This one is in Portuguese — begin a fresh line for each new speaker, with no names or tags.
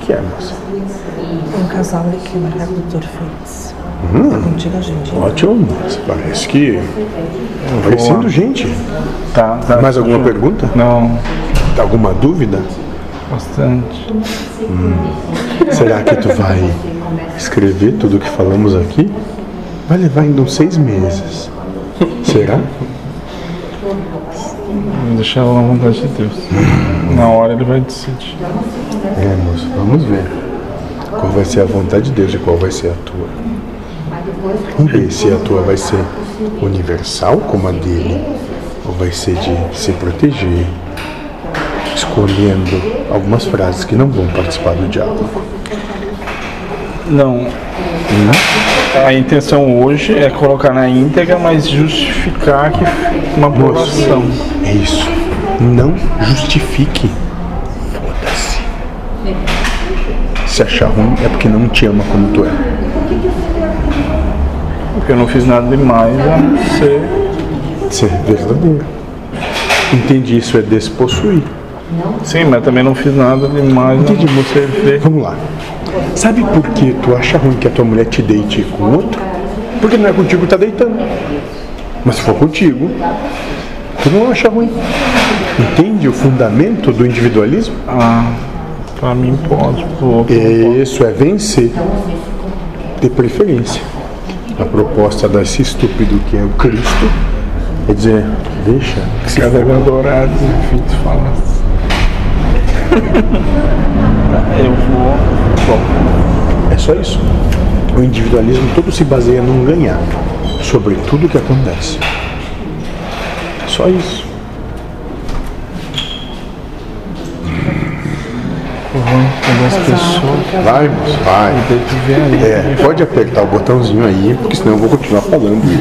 que é, moça?
Um casal de quebra-redutor fez. Contigo a gente.
Ótimo, moça. Parece que. Parecendo gente.
Tá, tá.
Mais alguma pergunta? Tá
Não,
Alguma dúvida?
bastante.
Será que tu vai escrever tudo o que falamos aqui? Vai levar ainda uns seis meses. Será?
Vou deixar ela na vontade de Deus.
Hum.
Na hora ele vai decidir.
É, moço, vamos ver. Qual vai ser a vontade de Deus e qual vai ser a tua. Vamos ver se a tua vai ser universal como a dele, ou vai ser de se proteger, escolhendo algumas frases que não vão participar do diálogo.
Não. A intenção hoje é colocar na íntegra, mas justificar que uma
Moço,
aprovação.
é isso. Não justifique. Foda-se. Se achar ruim é porque não te ama como tu é.
Porque eu não fiz nada demais, a não ser.
Ser verdadeiro. Entende? Isso é despossuir.
Sim, mas também não fiz nada demais.
Entendi,
a não ser ver.
Vamos lá. Sabe por que tu acha ruim que a tua mulher te deite com outro? Porque não é contigo que tá deitando. Mas se for contigo, tu não acha ruim. Entende o fundamento do individualismo?
Ah, pra mim pode, pro outro.
É, Isso é vencer. De preferência. A proposta desse estúpido que é o Cristo é dizer, deixa,
Os caras devem adorar esse efeito falas. Eu vou. Bom,
É só isso. O individualismo todo se baseia num ganhar sobre tudo que acontece. É só isso.
algumas pessoas
Vai, moço, vai.
têm que ver aí.
É, pode apertar o botãozinho aí, porque senão eu vou continuar falando.